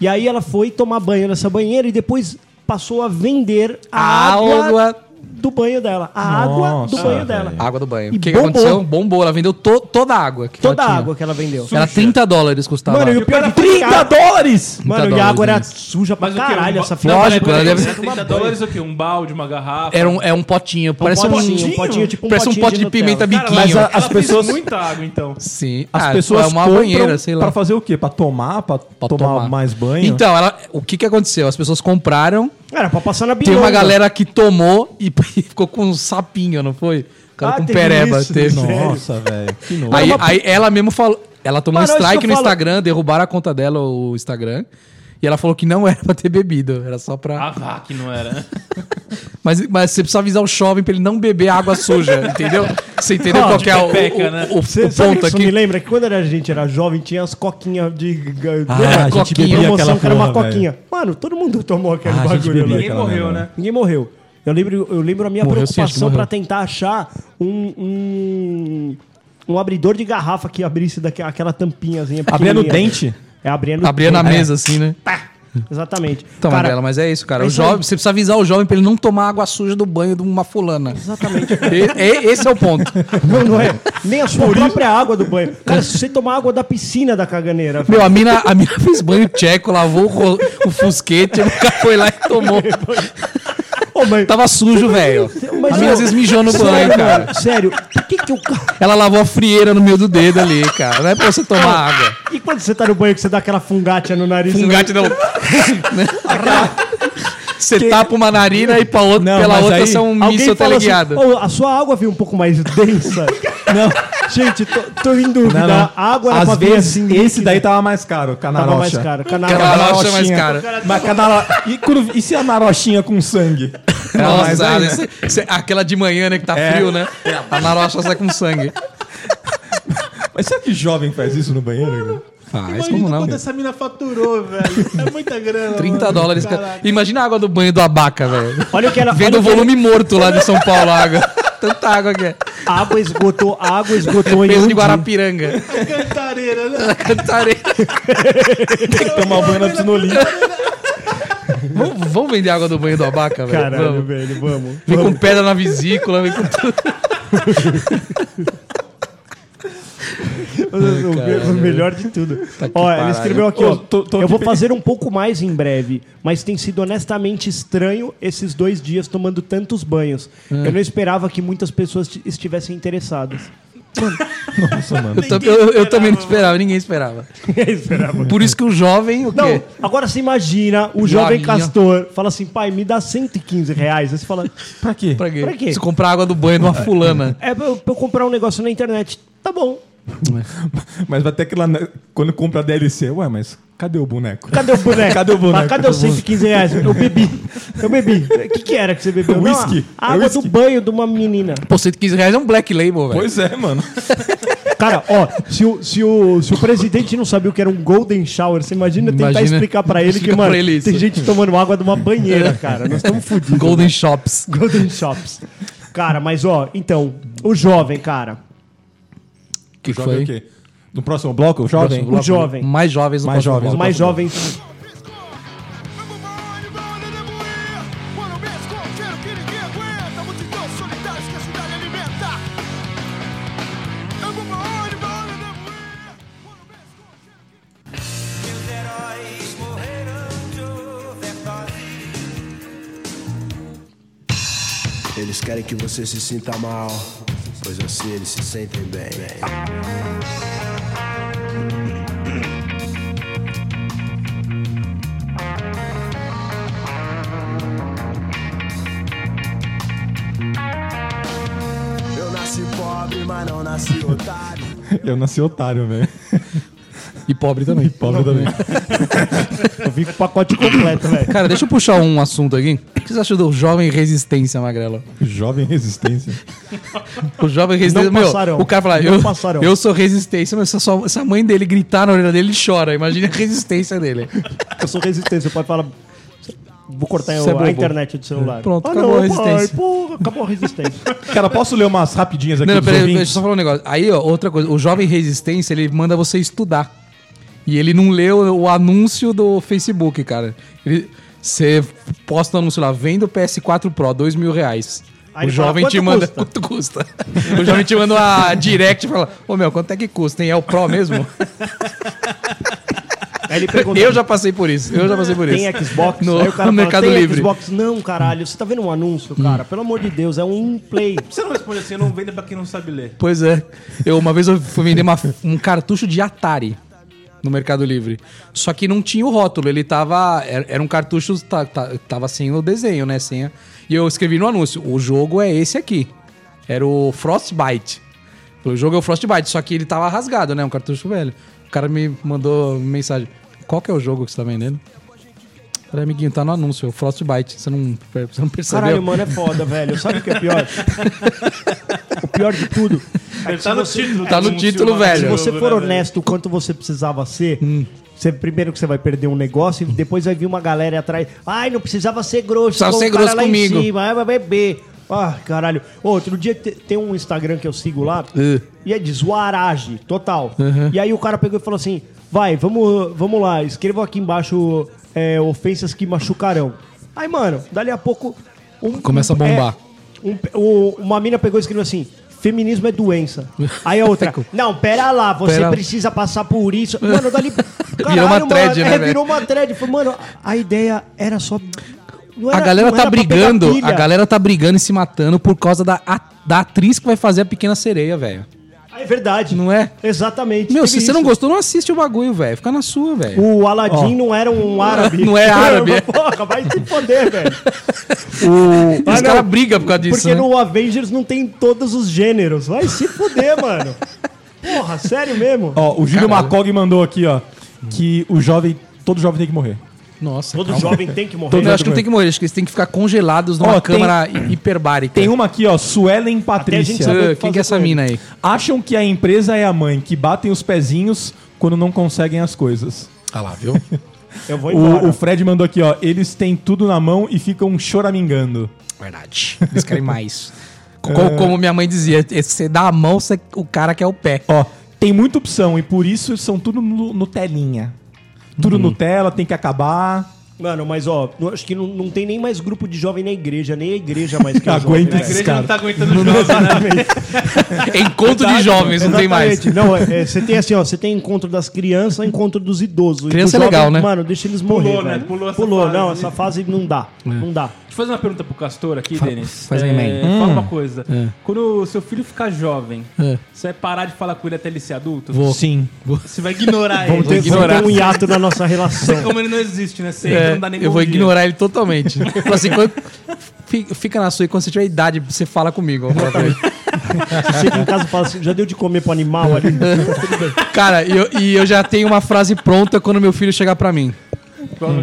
D: E aí ela foi tomar banho nessa banheira e depois passou a vender a
E: A
D: água,
E: água.
D: do banho dela. A água do
C: Nossa,
D: banho dela.
E: Água do banho.
D: É. E
E: O que, que
D: bombou.
E: aconteceu? Bombou. Ela vendeu to- toda a água. Que
D: Toda
E: ela
D: a
E: tinha.
D: água que ela vendeu.
E: Era 30 dólares custava.
D: Mano, e o pior é que
C: 30 dólares!
D: Mano, e a
E: dólares,
D: água
E: né?
D: era suja pra caralho, essa
F: filha.
D: filha.
E: Lógico, ela deve-
F: 30 dólares o quê? Um balde, uma garrafa?
E: Era um, é um potinho. parece um,
D: potinho, um potinho, tipo um
E: parece um
D: potinho
E: pote de,
D: de
E: pimenta
D: Nutella.
E: biquinho.
C: mas a- as
F: Ela fez
C: pessoas-
F: muita água, então.
E: Sim.
C: As
E: Ah,
C: pessoas
E: é uma
C: compram
E: banheira, sei lá.
C: Pra fazer o quê? Pra tomar? Pra,
E: pra
C: tomar, mais banho?
E: Então, ela, o que, que aconteceu? As pessoas compraram,
D: Era pra passar na
E: tem
D: bilonga.
E: uma galera que tomou e ficou com um sapinho, não foi? O cara
D: Ah,
E: com
D: teve
E: pereba.
D: isso,
E: teve.
C: Nossa, velho. Que nojo.
E: é Aí, aí ela mesmo falou. Ela tomou um
D: Mano, é isso
E: strike
D: que eu
E: no
D: falo.
E: Instagram, derrubaram a conta dela, o Instagram. E ela falou que não era pra ter bebido, era só pra.
D: Ah.
F: A vaca não era.
E: Mas, mas você precisa avisar o jovem pra ele não beber água suja, entendeu? Você entendeu
D: Ah,
E: qual que é o, o-
F: pepeca, né?
E: o- o
D: Cê, sabe
E: ponto
D: que isso me
E: aqui?
D: lembra que quando a gente era jovem tinha as coquinhas de.
C: Ah,
D: lembra?
C: a gente
E: Coquinha,
C: bebia aquela
D: que era uma
C: porra,
D: coquinha. Mano, todo mundo tomou aquele
C: Ah, a gente
D: bagulho
C: bebia.
D: lá.
F: Ninguém morreu, né?
D: Ninguém morreu. Eu lembro, eu lembro a minha
E: Morreu sim, acho que
D: preocupação
E: morreu.
D: pra tentar achar um. um... um abridor de garrafa que abrisse daquela aquela tampinhazinha.
C: Abria no
D: pequenininha.
C: dente?
D: É, abria no
E: Abria na
D: dente. É,
E: mesa, assim, né?
D: Exatamente.
E: Então,
D: Cara,
E: Mandela, mas é isso, cara.
D: é
E: O
D: isso aí.
E: jovem, você precisa avisar o jovem pra ele não tomar água suja do banho de uma fulana. Exatamente. esse é o ponto.
D: Não, não é. Nem a sua própria água do banho. Cara, se você tomar água da piscina da caganeira, velho.
E: Meu, a mina, a mina fez banho tcheco, lavou o, ro- o fusquete, o cara foi lá e tomou.
D: Ô, mas-
E: Tava sujo, velho.
D: Mas
E: A mina
D: eu-
E: tá às vezes mijou no banho, cara.
D: mano, sério, por que que o cara...
E: Ela lavou a frieira no meio do dedo ali, cara. Não é pra você tomar água.
D: E Um quando você tá no banho que você dá aquela fungátia no nariz?
E: Fungate não. Você tapa uma narina e pra outra,
D: Não,
E: pela
D: mas
E: outra
D: aí
E: são um
D: alguém
E: míssil
D: fala assim,
E: teleguiado.
D: "Ô, a sua água veio um pouco mais densa. não, gente, tô, tô em dúvida.
C: Não, não.
D: A água era pra
C: Às
D: vir
C: vezes,
D: assim.
C: esse daí tava mais caro,
E: tá
D: tava
C: canarocha.
D: mais cara.
E: Cada
D: Canal.
C: Canarocha.
E: rocha é mais
C: Roxinha.
E: cara.
C: Mas canaro... e, quando- e se a narochinha com sangue? mas
E: Nossa,
C: aí-
E: esse- esse- aquela de manhã, né, que tá
C: É.
E: frio, né? A narocha sai com sangue.
C: Mas será que jovem faz isso no banheiro? cara?
E: Faz como não.
G: quanto essa mina faturou, velho. É muita grana.
E: 30
G: mano.
E: dólares. cara.
G: Caraca.
E: Imagina a água do banho do abaca, velho.
D: Olha o que era.
E: Vendo
D: olha
E: o
D: o que era-
E: volume morto lá de São Paulo, a água. Tanta água que é.
D: A água esgotou, a água esgotou em.
E: Peso
D: um
E: de
D: dia.
E: Guarapiranga.
G: Cantareira, né?
E: Cantarei.
C: Tomar banho na piscina olímpica.
E: Vamos, vamos vender água do banho do abaca, velho.
D: Caralho,
E: Vamos.
D: velho, vamos.
E: Vem com pedra na vesícula, vem com tudo.
D: O- o- o melhor de tudo. ó, ele escreveu aqui, ó.
C: Tá Ô, tô- tô
D: eu
C: aqui
D: vou
C: pe-
D: fazer um pouco mais em breve, mas tem sido honestamente estranho esses dois dias tomando tantos banhos.
C: É.
D: Eu não esperava que muitas pessoas t- estivessem interessadas.
C: Nossa, mano.
E: Eu, tam- eu- eu também não esperava, ninguém esperava.
D: Eu esperava.
E: Por isso que o jovem, o
D: Não,
E: quê?
D: agora você imagina o jovem
E: Joguinho.
D: castor fala assim, pai, me dá 115 reais. Aí você fala,
C: Pra quê?
E: Pra quê?
D: Pra quê?
E: Se comprar água do banho de uma fulana.
D: é pra eu, pra eu comprar um negócio na internet. Tá bom.
C: Mas vai ter que lá. na- Quando compra a DLC, ué, mas cadê o boneco?
D: Cadê o boneco?
C: Cadê o boneco?
D: Mas cadê os 115 reais? Eu bebi. Eu bebi. O que, que era que você bebeu? Não,
C: Whisky.
D: a
C: É
D: água
C: whisky.
D: do banho de uma menina.
E: Pô, 115 reais é um black label, velho.
C: Pois é, mano.
D: Cara, ó, se o, se, o, se o presidente não sabia o que era um golden shower, você imagina tentar
E: Imagina.
D: explicar pra ele
E: Explica
D: que, mano,
E: pra ele isso. É.
D: tem gente tomando água de uma banheira, cara. Nós estamos fodidos.
E: Golden
C: né?
E: Shops.
D: Golden shops. Cara, mas ó, então, o jovem, cara.
E: Que
C: Jovem é
E: foi? Tá
C: o quê? No próximo bloco, o jovem?
D: bloco. O jovem.
E: Mais jovens no
C: Mais
E: próximo
C: jovens.
D: Os
E: bloco.
D: mais jovens.
B: Eles querem que você se sinta mal, pois assim eles se sentem bem. Eu nasci pobre, mas não nasci otário.
C: Eu nasci otário, velho.
E: E pobre também.
C: Pobre também.
D: Eu vim com o pacote completo, velho.
E: Cara, deixa eu puxar um assunto aqui. O que vocês acham do jovem resistência, Magrelo?
C: Jovem resistência.
E: O jovem resistência. meu,
D: passarão.
E: o cara fala,
D: Não
E: eu,
D: passarão.
E: eu sou resistência, mas se a, sua- se a mãe dele gritar na orelha dele, ele chora. Imagina a resistência dele.
D: Eu sou resistência, pode falar. Vou cortar
E: Você é
D: a
E: bobo.
D: internet do celular. Ah,
E: Pronto, acabou a resistência.
D: porra, acabou a resistência.
C: Cara, posso ler umas rapidinhas aqui
E: Não, não,
C: dos
E: peraí, deixa eu
C: ouvintes?
E: só falar um negócio. Aí, ó, outra coisa. O jovem resistência, ele manda você estudar. E ele não leu o anúncio do Facebook, cara. Ele- Você posta um anúncio lá, venda o PS4 Pro, dois mil reais.
D: Aí
E: o
D: ele fala,
E: jovem te
D: "Quanto
E: manda.
D: custa?"
E: Quanto custa? o jovem te manda uma direct e fala: Ô meu, quanto é que custa, hein? É o Pro mesmo?
D: Aí ele pergunta.
E: eu já passei por isso. Eu já passei por isso.
D: Tem Xbox?
E: no,
D: Aí
E: no
D: o cara fala,
E: Mercado
D: tem
E: Livre. Hum.
D: Xbox? Não, caralho. Você tá vendo um anúncio, cara? Pelo amor de Deus, é um play.
F: Você não responde assim, eu não vendo pra quem não sabe ler.
E: Pois é. Eu, uma vez eu fui vender uma- um cartucho de Atari no Mercado Livre. Só que não tinha o rótulo, ele tava. Era, era um cartucho, ta- ta- tava sem o desenho, né? Sem a- e eu escrevi no anúncio: o jogo é esse aqui. Era o Frostbite. O jogo é o Frostbite, só que ele tava rasgado, né? Um cartucho velho. O cara me mandou mensagem: qual que é o jogo que você tá vendendo? Falei, amiguinho, tá no anúncio, é o Frostbite. Você não, você não percebeu?
D: Caralho, mano, é foda, velho. Sabe o que é pior? o pior de tudo é que se
F: Tá no
D: você,
F: título.
E: Tá no título,
D: se
E: velho.
D: você for honesto o quanto você precisava ser, você, primeiro que você vai perder um negócio e depois vai vir uma galera atrás. Ai, não precisava ser grosso.
E: Precisava
D: igual o
E: ser
D: cara
E: grosso
D: lá em
E: comigo."
D: cima, ai, vai beber. Ah, caralho. Outro dia te- tem um Instagram que eu sigo lá
E: Uh.
D: e é de zoarage, total. E aí o cara pegou e falou assim: vai, vamos, vamos lá, escreva aqui embaixo é, ofensas que machucarão. Aí, mano, dali a pouco. um-
E: Começa a bombar.
D: é, um- o- uma mina pegou e escreveu assim: feminismo é doença. Aí a outra: não, pera lá, você
E: Pera lá.
D: precisa passar por isso. Mano, dali.
E: Virou uma thread,
D: mano,
E: né,
D: é,
E: velho?
D: virou uma thread. Falei, Mano, a ideia era só. não
E: A
D: era-
E: galera
D: não
E: tá
D: era pra pegar
E: brigando,
D: pilha.
E: a galera tá brigando e se matando por causa da, a- da atriz que vai fazer a Pequena Sereia, velho.
D: É verdade.
E: Não é?
D: Exatamente.
E: Meu,
D: Teve
E: se você
D: isso.
E: não gostou, não assiste o bagulho, velho. Fica na sua, velho.
D: O Aladdin não era um árabe.
E: Não é árabe, é.
D: Porra, vai se foder, velho.
E: Os
D: Ah, não.
E: caras brigam por causa disso.
D: Porque
E: né?
D: no Avengers não tem todos os gêneros. Vai se fuder, mano. Porra, sério mesmo?
C: Ó, o Júlio Macog mandou aqui, ó, que o jovem, todo jovem tem que morrer.
E: Nossa.
D: Todo
E: calma.
D: jovem tem que morrer. né?
E: Eu acho que não tem que morrer, acho que eles têm que ficar congelados numa
C: Ó, tem-
E: câmara hi- hiperbárica.
C: Tem uma aqui, ó, Suelen
D: a gente
C: Patrícia.
D: sabe o
E: Ah,
D: um que
E: Quem que é essa
D: fazer com
E: mina aí?
C: Acham que a empresa é a mãe que batem os pezinhos quando não conseguem as coisas.
E: Ah lá, viu?
D: Eu vou embora. né?
C: O, o Fred mandou aqui, ó, eles têm tudo na mão e ficam choramingando.
E: Verdade. Eles querem mais. Co-
D: É.
E: Como minha mãe dizia, esse- você dá a mão, você- o cara quer o pé.
C: Ó, tem muita opção e por isso são tudo no, Nutelinha. Tudo
D: Uhum.
C: Nutella, tem que acabar.
D: Mano, mas ó, não- acho que não, não tem nem mais grupo de jovem na igreja, nem a igreja mais que é jovem.
C: Aguenta
D: né?
G: A
C: esse
G: igreja
C: cara.
G: não tá aguentando o jovem, né?
E: Encontro de jovens, não tem mais.
D: Exatamente. Não, é, é, você tem assim, ó, você tem encontro das crianças, encontro dos idosos. E
E: Criança
D: do
E: é legal,
D: jovem,
E: né?
D: Mano, deixa eles morrer.
F: Pulou, né?
D: velho.
F: Pulou essa
D: Pulou,
F: fase.
D: não, essa fase não dá.
E: É.
D: Não dá.
F: Deixa eu fazer uma pergunta pro Castor aqui, Denis.
E: faz aí,
F: é,
E: man. Hum.
F: Fala uma coisa. Quando o seu filho ficar jovem,
E: É.
F: você vai parar de falar com ele até ele ser adulto?
C: Sim.
F: Você vai ignorar
D: Vamos
F: ele.
D: ter, vamos ter um hiato na nossa relação.
F: Como ele não existe, né? Você
E: É,
F: não dá nem
E: eu
F: bom
E: vou
F: dia.
E: ignorar ele totalmente. Fala assim, quando- fi- fica na sua e quando você tiver idade, você fala comigo. Eu vou falar pra ele.
D: Você chega em casa e fala assim, já deu de comer pro animal ali?
E: Cara, e eu, e eu já tenho uma frase pronta quando meu filho chegar pra mim.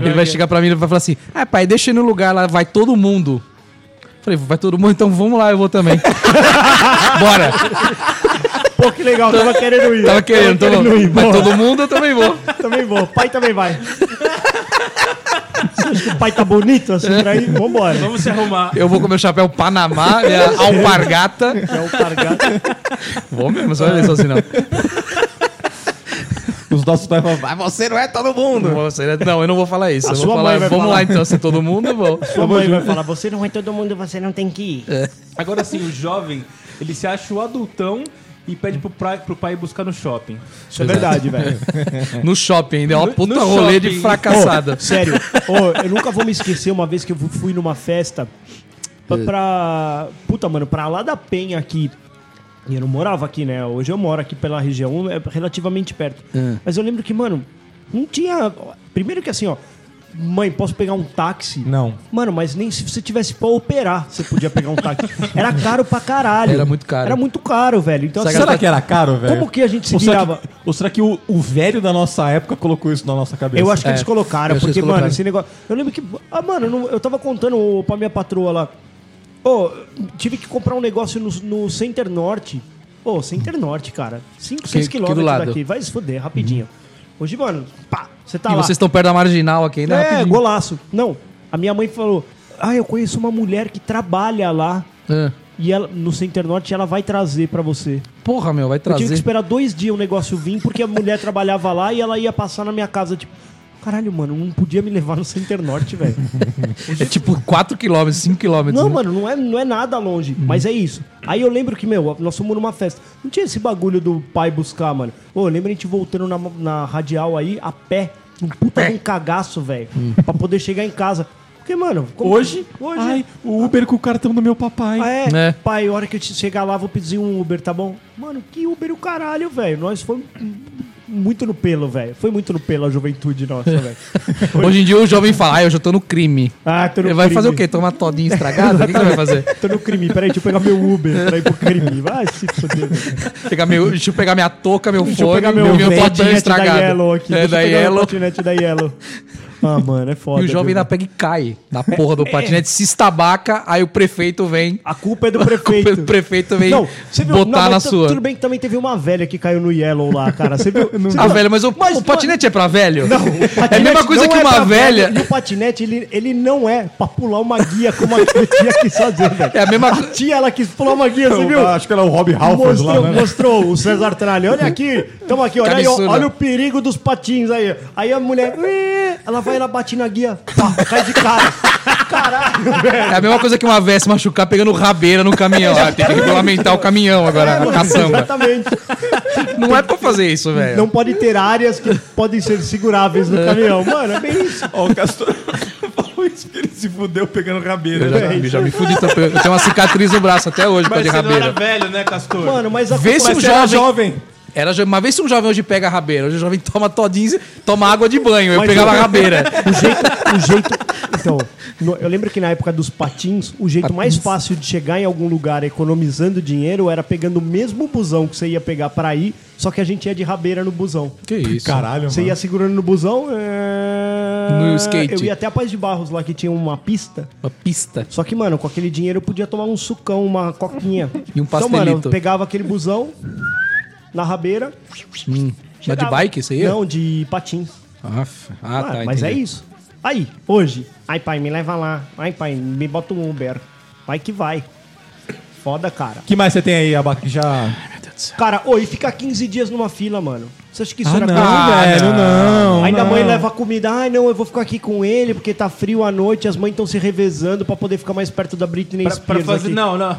E: Ele vai chegar pra mim e vai falar assim: Ah, pai, deixa ele no lugar lá, vai todo mundo. Falei, vai todo mundo, então vamos lá, eu vou também. Bora!
D: Pô, que legal, tava querendo ir.
E: Tava querendo,
D: tava
E: tava
D: querendo ir.
E: Vai
D: Boa.
E: todo mundo, eu também vou.
D: Também vou, pai também vai. Você acha que o pai tá bonito assim pra ir? Vambora.
F: Vamos se arrumar.
E: Eu vou com meu chapéu Panamá, minha alpargata.
D: É o cargado.
E: Vou mesmo, só olha só assim, não.
C: Os nossos pais falam,
E: Mas você não é todo mundo. Não, eu não vou falar isso.
D: A
E: eu vou
D: sua
E: falar,
D: mãe vai
E: vamos
D: falar.
E: lá então, se todo mundo, eu vou.
D: Sua mãe vai falar, você não é todo mundo, você não tem que ir.
E: É.
F: Agora sim, o jovem, ele se acha o adultão e pede pro, pra- pro pai buscar no shopping.
D: Isso é verdade, velho.
E: No shopping ainda, é uma
F: No-
E: puta
F: no
E: rolê de
F: shopping.
E: fracassada.
D: Sério, ô, eu nunca vou me esquecer uma vez que eu fui numa festa pra, pra- Puta, mano, pra lá da Penha aqui. E eu não morava aqui, né? Hoje eu moro aqui pela região, é relativamente perto.
E: É.
D: Mas eu lembro que, mano, não tinha. Primeiro que assim, ó. Mãe, posso pegar um táxi?
C: Não.
D: Mano, mas nem se você tivesse pra operar, você podia pegar um táxi. Era caro pra caralho.
E: Era muito caro.
D: Era muito caro, velho. Então, assim,
C: será que era caro, velho?
D: Como que a gente se
C: Ou será
D: virava?
C: que- ou será que o, o velho da nossa época colocou isso na nossa cabeça?
D: Eu acho que
E: É,
D: eles
E: eu
D: colocaram,
E: acho que
D: porque,
E: eles
D: mano,
E: colocaram.
D: esse negócio. Eu lembro que. Ah, mano, eu não- eu tava contando pra minha patroa lá. Ô, tive que comprar um negócio no, no Center Norte. Ô, Center Norte, cara. 5, 6
E: aqui do
D: quilômetros
E: lado. Uhum.
D: daqui. Vai se fuder, rapidinho. Hoje, mano, pá, você tá
E: E
D: lá.
E: vocês estão perto da marginal aqui ainda.
D: É,
E: rapidinho.
D: golaço. Não, a minha mãe falou: Ah, eu conheço uma mulher que trabalha lá.
E: É.
D: E ela, no Center Norte ela vai trazer pra você.
E: Porra, meu, vai
D: Eu tive que
E: trazer.
D: esperar dois dias o negócio vir, porque a mulher trabalhava lá e ela ia passar na minha casa, tipo. Caralho, mano, não podia me levar no Center Norte, velho.
E: É tipo 4 km, 5 km.
D: Não, mano, não é, não é nada longe, mas é isso. Aí eu lembro que, meu, nós fomos numa festa. Não tinha esse bagulho do pai buscar, mano. Ô, eu lembro a gente voltando na, na radial aí, a pé, um puta de um cagaço, velho, pra poder chegar em casa. Porque, mano, como-
C: Hoje?
D: é Hoje.
C: Ai, o Uber com o cartão do meu papai.
D: Ah, é?
E: Né?
D: Pai, a hora que eu te chegar lá, vou pedir um Uber, tá bom? Mano, que Uber o caralho, velho. Nós fomos muito no pelo, velho. Foi muito no pelo a juventude nossa, velho.
E: Hoje em dia o jovem fala, ah, eu já tô no crime.
D: Ah, tô
E: Ele
D: no
E: vai
D: crime.
E: fazer o quê? Tomar todinha estragada? o que, que ele vai fazer?
D: Tô no crime. Peraí, deixa eu pegar meu Uber pra ir pro crime. Vai se fuder, velho.
E: Pegar meu, deixa eu pegar minha touca, meu
D: Deixa eu
E: fone,
D: pegar
E: meu,
D: meu,
E: meu todinho
D: patinete da
E: estragado.
D: Yellow aqui.
E: É,
D: Deixa eu
E: da
D: pegar meu
E: Yellow.
D: patinete da Yellow. Ah, mano, é foda. É.
E: E o jovem
D: viu?
E: ainda pega e cai na porra do patinete, se estabaca, aí o prefeito vem.
D: A culpa é do
E: culpa é do
D: prefeito.
E: prefeito vem
D: você viu-
E: botar
D: mas
E: na
D: tu-
E: sua.
D: Tudo bem que também teve uma velha que caiu no Yellow lá, cara. Você viu? Você
E: Ah,
D: viu?
E: velho, mas o,
D: Mas,
E: o patinete é pra velho?
D: Não, o patinete
E: É a mesma coisa
D: não
E: que
D: é
E: uma
D: pra
E: velha.
D: E o patinete, ele, ele não é pra pular uma guia como a tia quis fazer, velho.
E: É a mesma
D: A
E: coisa.
D: tia, ela quis pular uma guia, você
C: Eu
D: viu?
C: Acho que era o Rob Halford lá,
D: Mostrou,
C: né?
D: mostrou o César Tralha. Olha aqui, tamo aqui, olha aí, ó,
E: Cabeçuda.
D: olha o perigo dos patins aí. Aí a mulher, "Ué", ela vai, ela bate na guia, pá, cai de cara. Caralho, velho.
E: É a mesma coisa que uma véia se machucar pegando rabeira no caminhão. Ah, tem que regulamentar o caminhão agora, a caçamba.
D: Exatamente.
E: Não é pra fazer isso, velho.
D: Não pode ter áreas que podem ser seguráveis no caminhão. Mano, é bem é isso.
C: Ó, o Castor isso, porque ele se fudeu pegando rabeira.
E: Eu já, já me fudi. também. Eu tenho uma cicatriz no braço até hoje por causa
G: Mas
E: de
G: você não era
E: rabeira.
G: velho, né, Castor?
D: Mano, mas a
E: Vê se um
C: Mas você era
E: jovem.
C: jovem.
E: Era jo- Uma vez se um jovem hoje pega rabeira, hoje o jovem toma todinho, toma água de banho. Eu
D: Mas
E: pegava
D: eu-
E: rabeira.
D: O jeito, o jeito. Então, no- eu lembro que na época dos patins, o jeito mais fácil de chegar em algum lugar economizando dinheiro era pegando o mesmo busão que você ia pegar pra ir, só que a gente ia de rabeira no busão.
E: Que isso?
C: Caralho,
D: Você
C: mano.
D: ia segurando no busão. é,
E: No skate.
D: Eu ia até a Paz de Barros lá que tinha uma pista.
E: Uma pista.
D: Só que, mano, com aquele dinheiro eu podia tomar um sucão, uma coquinha.
E: E um
D: Então, mano,
E: pastelito. Hum,
D: eu pegava aquele busão na rabeira.
E: Mas de
D: chegava.
E: bike isso aí?
D: Não, de patins.
E: Aff. Ah,
D: Ah,
E: tá.
D: mas é
E: entendi.
D: isso. Aí, hoje. Ai, pai, me leva lá. Ai, pai, me bota um Uber. Vai que vai. Foda, cara.
C: que mais você tem aí, Abac? Já.
D: Cara, oi, ficar 15 dias numa fila, mano. Você acha que isso
C: Ah,
D: era
C: não,
D: coisa?
C: velho, não.
D: Ainda a
C: não.
D: mãe leva comida. Ai, não, eu vou ficar aqui com ele porque tá frio à noite. As mães estão se revezando pra poder ficar mais perto da Britney
G: Pra, pra
D: Spears.
G: fazer.
D: aqui.
G: Não, não.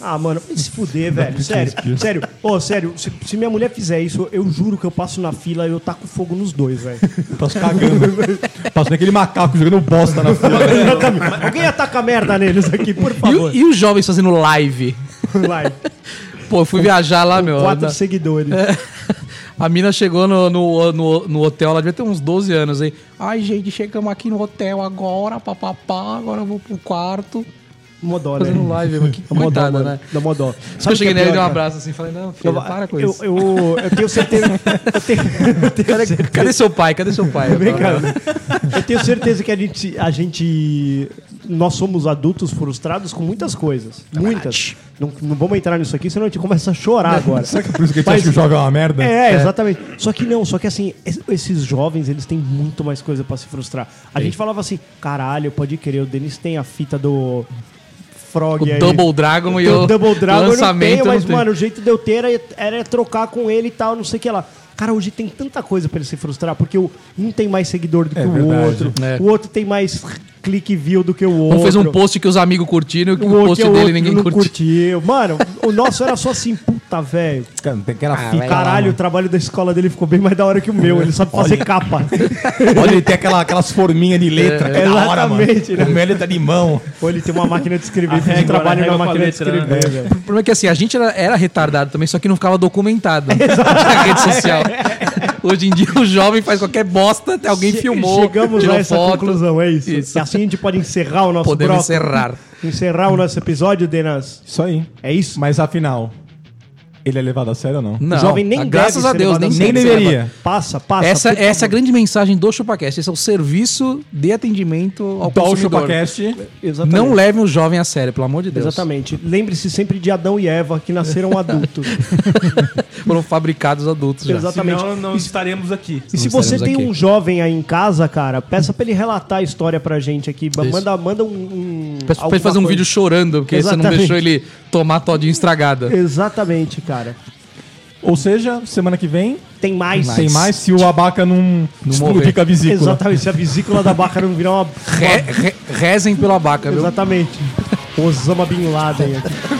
D: Ah, mano, vai se fuder, velho. Sério, sério. Ô, sério, se, se minha mulher fizer isso, eu juro que eu passo na fila e eu taco fogo nos dois, velho.
C: Passo cagando. Passo naquele macaco jogando bosta na fila.
D: Alguém ataca merda neles aqui, por
E: E,
D: favor.
E: o- e os jovens fazendo live?
D: Vai.
E: Pô, eu fui viajar lá, meu.
D: Quatro
E: na-
D: seguidores.
E: É. A mina chegou no, no, no, no hotel, ela devia ter uns 12 anos, hein? Ai, gente, chegamos aqui no hotel agora, papapá, agora eu vou pro quarto.
D: Mó dó, né?
E: Fazendo live, mano. Que
D: Dá mó dó,
E: coitada,
D: mano.
E: né?
D: Dá mó dó.
E: Só eu cheguei
D: que é
E: nele e dei um
D: pior, cara?
E: abraço assim, falei, não, filho, para com
D: eu,
E: isso.
D: eu, eu tenho certeza. Eu tenho, eu tenho certeza.
E: Cadê seu pai? Cadê seu pai?
D: Vem cá. né? Eu tenho certeza que a gente, a gente. Nós somos adultos frustrados com muitas coisas. Muitas. Não, não vamos entrar nisso aqui, senão a gente começa a chorar agora.
C: Por isso que a gente
D: Mas-
C: acha que o jogo é uma merda.
D: É, exatamente. Só que não, só que assim, es- esses jovens, eles têm muito mais coisa pra se frustrar. A gente falava assim, caralho, pode crer, o Denis tem a fita do Frog
E: O
D: aí.
E: Double Dragon e
D: Do
E: o
D: Double Dragon eu não
E: lançamento.
D: tenho, mas,
E: não tem.
D: mano, o jeito de eu ter era, era trocar com ele e tal, não sei o que lá. Cara, hoje tem tanta coisa pra ele se frustrar, porque o- um tem mais seguidor do que o
C: verdade.
D: outro,
E: É.
D: o outro tem mais clique view do que o
E: Um
D: outro.
E: fez um post que os amigos curtiram e
D: O
E: o
D: outro
E: post
D: que o
E: dele
D: outro
E: ninguém
D: não
E: curtiu.
D: curtiu. Mano, o nosso era só assim, puta, velho.
C: Cara, não tem que era
D: E
C: fita.
D: caralho, o trabalho da escola dele ficou bem mais da hora que o meu. Ele sabe fazer capa.
C: Olha, ele tem aquela, aquelas forminhas de letra. que é da hora, mano.
D: Exatamente, né?
C: O meu é letra de mão.
D: Ou ele tem uma máquina de escrever,
G: A
D: fez
G: régua,
D: trabalho
G: a
D: na
G: régua
D: máquina de
G: com a letra,
D: escrever. velho.
E: O problema é que assim, a gente era, era retardado também, só que não ficava documentado na rede social. Hoje em dia o jovem faz qualquer bosta, até alguém
D: Che-
E: filmou,
D: Chegamos
E: tirou
D: a essa
E: foto.
D: conclusão, é isso.
E: Isso.
D: E assim a gente pode encerrar o nosso
E: Podemos
D: bloco.
E: encerrar.
D: Encerrar o nosso episódio, Denas.
C: Isso aí.
D: É isso?
C: Mas afinal, ele é levado a sério ou não?
E: Não,
D: O jovem nem
E: ah,
D: deve
E: graças a
D: ser
E: Deus,
D: levado
E: nem,
D: a
C: Nem
E: sempre será.
C: deveria.
D: Passa, passa.
E: Essa,
D: por
E: essa é a
D: favor.
E: grande mensagem do ChupaCast. Esse é o serviço de atendimento ao
C: Dó Então, o
E: consumidor.
C: ChupaCast.
D: Exatamente.
E: Não levem o jovem a sério, pelo amor de Deus.
D: Exatamente. Lembre-se sempre de Adão e Eva, que nasceram adultos.
E: Foram fabricados adultos já.
D: Exatamente.
G: Senão não estaremos aqui.
D: E se
E: Não
D: você tem
E: estaremos aqui.
D: um jovem aí em casa, cara, peça pra ele relatar a história pra gente aqui. Manda, manda um. um
E: Peço pra
D: alguma
E: ele fazer um
D: coisa.
E: vídeo chorando, porque você não
D: Exatamente.
E: deixou ele tomar todinho estragada.
D: Exatamente, cara.
C: Ou seja, semana que vem
D: Tem mais.
C: tem mais se o abaca não, explodir
E: morrer.
C: com a vesícula.
D: Exatamente. Se a vesícula da vaca não virar uma.
E: Re- re- rezem pelo abaca, viu?
D: Exatamente. Osama Bin Laden aqui.